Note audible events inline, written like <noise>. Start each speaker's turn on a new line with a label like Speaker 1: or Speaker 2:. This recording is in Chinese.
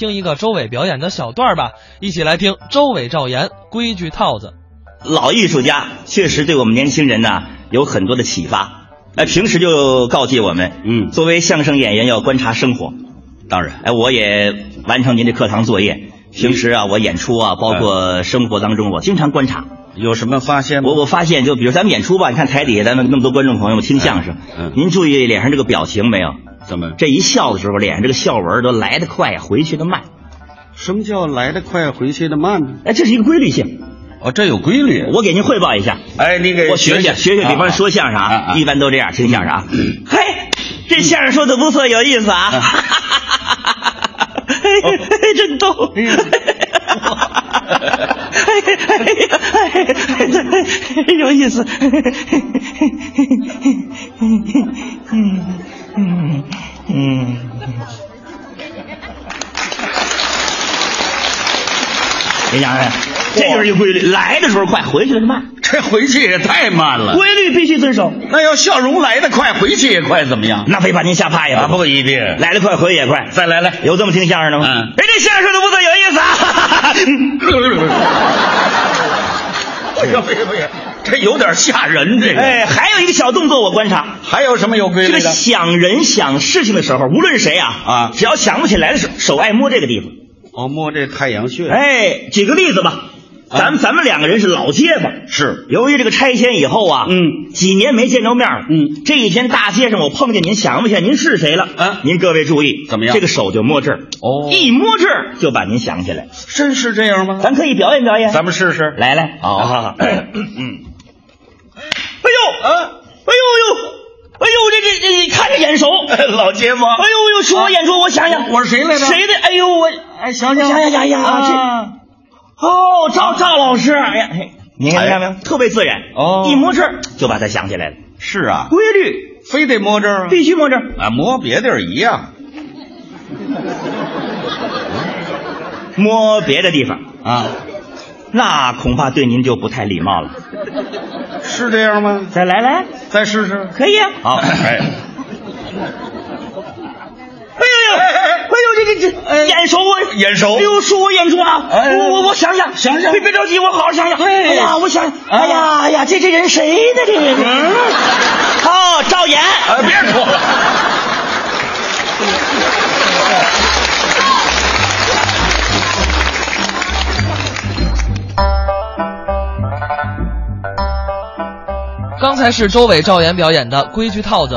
Speaker 1: 听一个周伟表演的小段儿吧，一起来听周伟赵岩《规矩套子》。
Speaker 2: 老艺术家确实对我们年轻人呢有很多的启发。哎，平时就告诫我们，
Speaker 3: 嗯
Speaker 2: 作为相声演员要观察生活。
Speaker 3: 当然，
Speaker 2: 哎，我也完成您的课堂作业。平时啊，我演出啊，包括生活当中，我经常观察。
Speaker 3: 有什么发现
Speaker 2: 我
Speaker 3: 吗？
Speaker 2: 我发现，就比如咱们演出吧，你看台底下咱们那么多观众朋友们听相声，
Speaker 3: 嗯
Speaker 2: 您注意脸上这个表情没有？
Speaker 3: 怎么？
Speaker 2: 这一笑的时候，脸上这个笑纹都来得快呀，回去的慢。
Speaker 3: 什么叫来得快，回去的慢呢？
Speaker 2: 哎，这是一个规律性。
Speaker 3: 哦，这有规律。
Speaker 2: 我给您汇报一下，
Speaker 3: 哎，你给
Speaker 2: 我学学学学，比方说相声
Speaker 3: 啊
Speaker 2: 啊，
Speaker 3: 啊
Speaker 2: 一般都这样听相声啊。嘿，这相声说的不错，有意思啊！嘿嘿嘿，真逗！
Speaker 3: 哎呀
Speaker 2: 有意思。嗯嗯。林先生，这就是一规律，来的时候快，回去的慢。
Speaker 3: 这回去也太慢了。
Speaker 2: 规律必须遵守。
Speaker 3: 那要笑容来得快，回去也快，怎么样？
Speaker 2: 那非把您吓怕呀？
Speaker 3: 啊，不一定。
Speaker 2: 来得快，回也快。
Speaker 3: 再来来，
Speaker 2: 有这么听相声的吗？
Speaker 3: 嗯
Speaker 2: 哎，这相声说的不错，有意思啊！ <laughs>
Speaker 3: 不行不行不行，这有点吓人。这个，
Speaker 2: 哎，还有一个小动作，我观察，
Speaker 3: 还有什么有规
Speaker 2: 这
Speaker 3: 律
Speaker 2: 个
Speaker 3: 的？
Speaker 2: 想人想事情的时候，无论谁啊
Speaker 3: 啊
Speaker 2: 只要想不起来的时候，手爱摸这个地方。
Speaker 3: 哦，摸这太阳穴。，
Speaker 2: 哎，举个例子吧，
Speaker 3: 啊
Speaker 2: 咱们、咱们两个人是老街坊，
Speaker 3: 是
Speaker 2: 由于这个拆迁以后啊，
Speaker 3: 嗯，
Speaker 2: 几年没见着面了，
Speaker 3: 嗯，
Speaker 2: 这一天大街上我碰见您，想不起来您是谁了，
Speaker 3: 啊
Speaker 2: 您各位注意，
Speaker 3: 怎么样
Speaker 2: 这个手就摸这儿，
Speaker 3: 哦
Speaker 2: 一摸这儿就把您想起来，
Speaker 3: 真是这样吗？
Speaker 2: 咱可以表演表演，
Speaker 3: 咱们试试。
Speaker 2: 来来，
Speaker 3: 好好好
Speaker 2: 嗯嗯，哎呦，哎
Speaker 3: 啊，
Speaker 2: 呦呦，哎呦，这这这，你看着眼熟，哎
Speaker 3: 老街坊。
Speaker 2: 呦呦，说我眼熟，啊我想想，
Speaker 3: 我是谁来着
Speaker 2: 谁的？哎呦我，
Speaker 3: 哎，想
Speaker 2: 想
Speaker 3: 想
Speaker 2: 想想想
Speaker 3: 啊
Speaker 2: 这，哦，赵赵老师，哎呀，嘿您看
Speaker 3: 哎
Speaker 2: 见没有？特别自然
Speaker 3: 哦
Speaker 2: 一摸这儿就把他想起来了，
Speaker 3: 是啊，
Speaker 2: 规律
Speaker 3: 非得摸这儿啊。
Speaker 2: 必须摸这儿，
Speaker 3: 啊，摸别地儿一样
Speaker 2: 摸别的地方，
Speaker 3: 啊，
Speaker 2: 那恐怕对您就不太礼貌了。
Speaker 3: 是这样吗？
Speaker 2: 再来来，
Speaker 3: 再试试。
Speaker 2: 可以啊。
Speaker 3: 好，哎，
Speaker 2: 哎呦呦，哎呦，这这这眼熟我
Speaker 3: 眼熟
Speaker 2: 哎呦，恕我眼拙啊！
Speaker 3: 哎
Speaker 2: 我我我想想
Speaker 3: 想想
Speaker 2: 别别着急，我好好想想。
Speaker 3: 哎
Speaker 2: 哎呀，我想，哎呀
Speaker 3: 啊
Speaker 2: 哎呀，这这人谁呢？这人
Speaker 3: 嗯
Speaker 2: 哦，赵岩，
Speaker 3: 哎，别说了，
Speaker 1: 刚才是周伟、赵岩表演的《规矩套子》。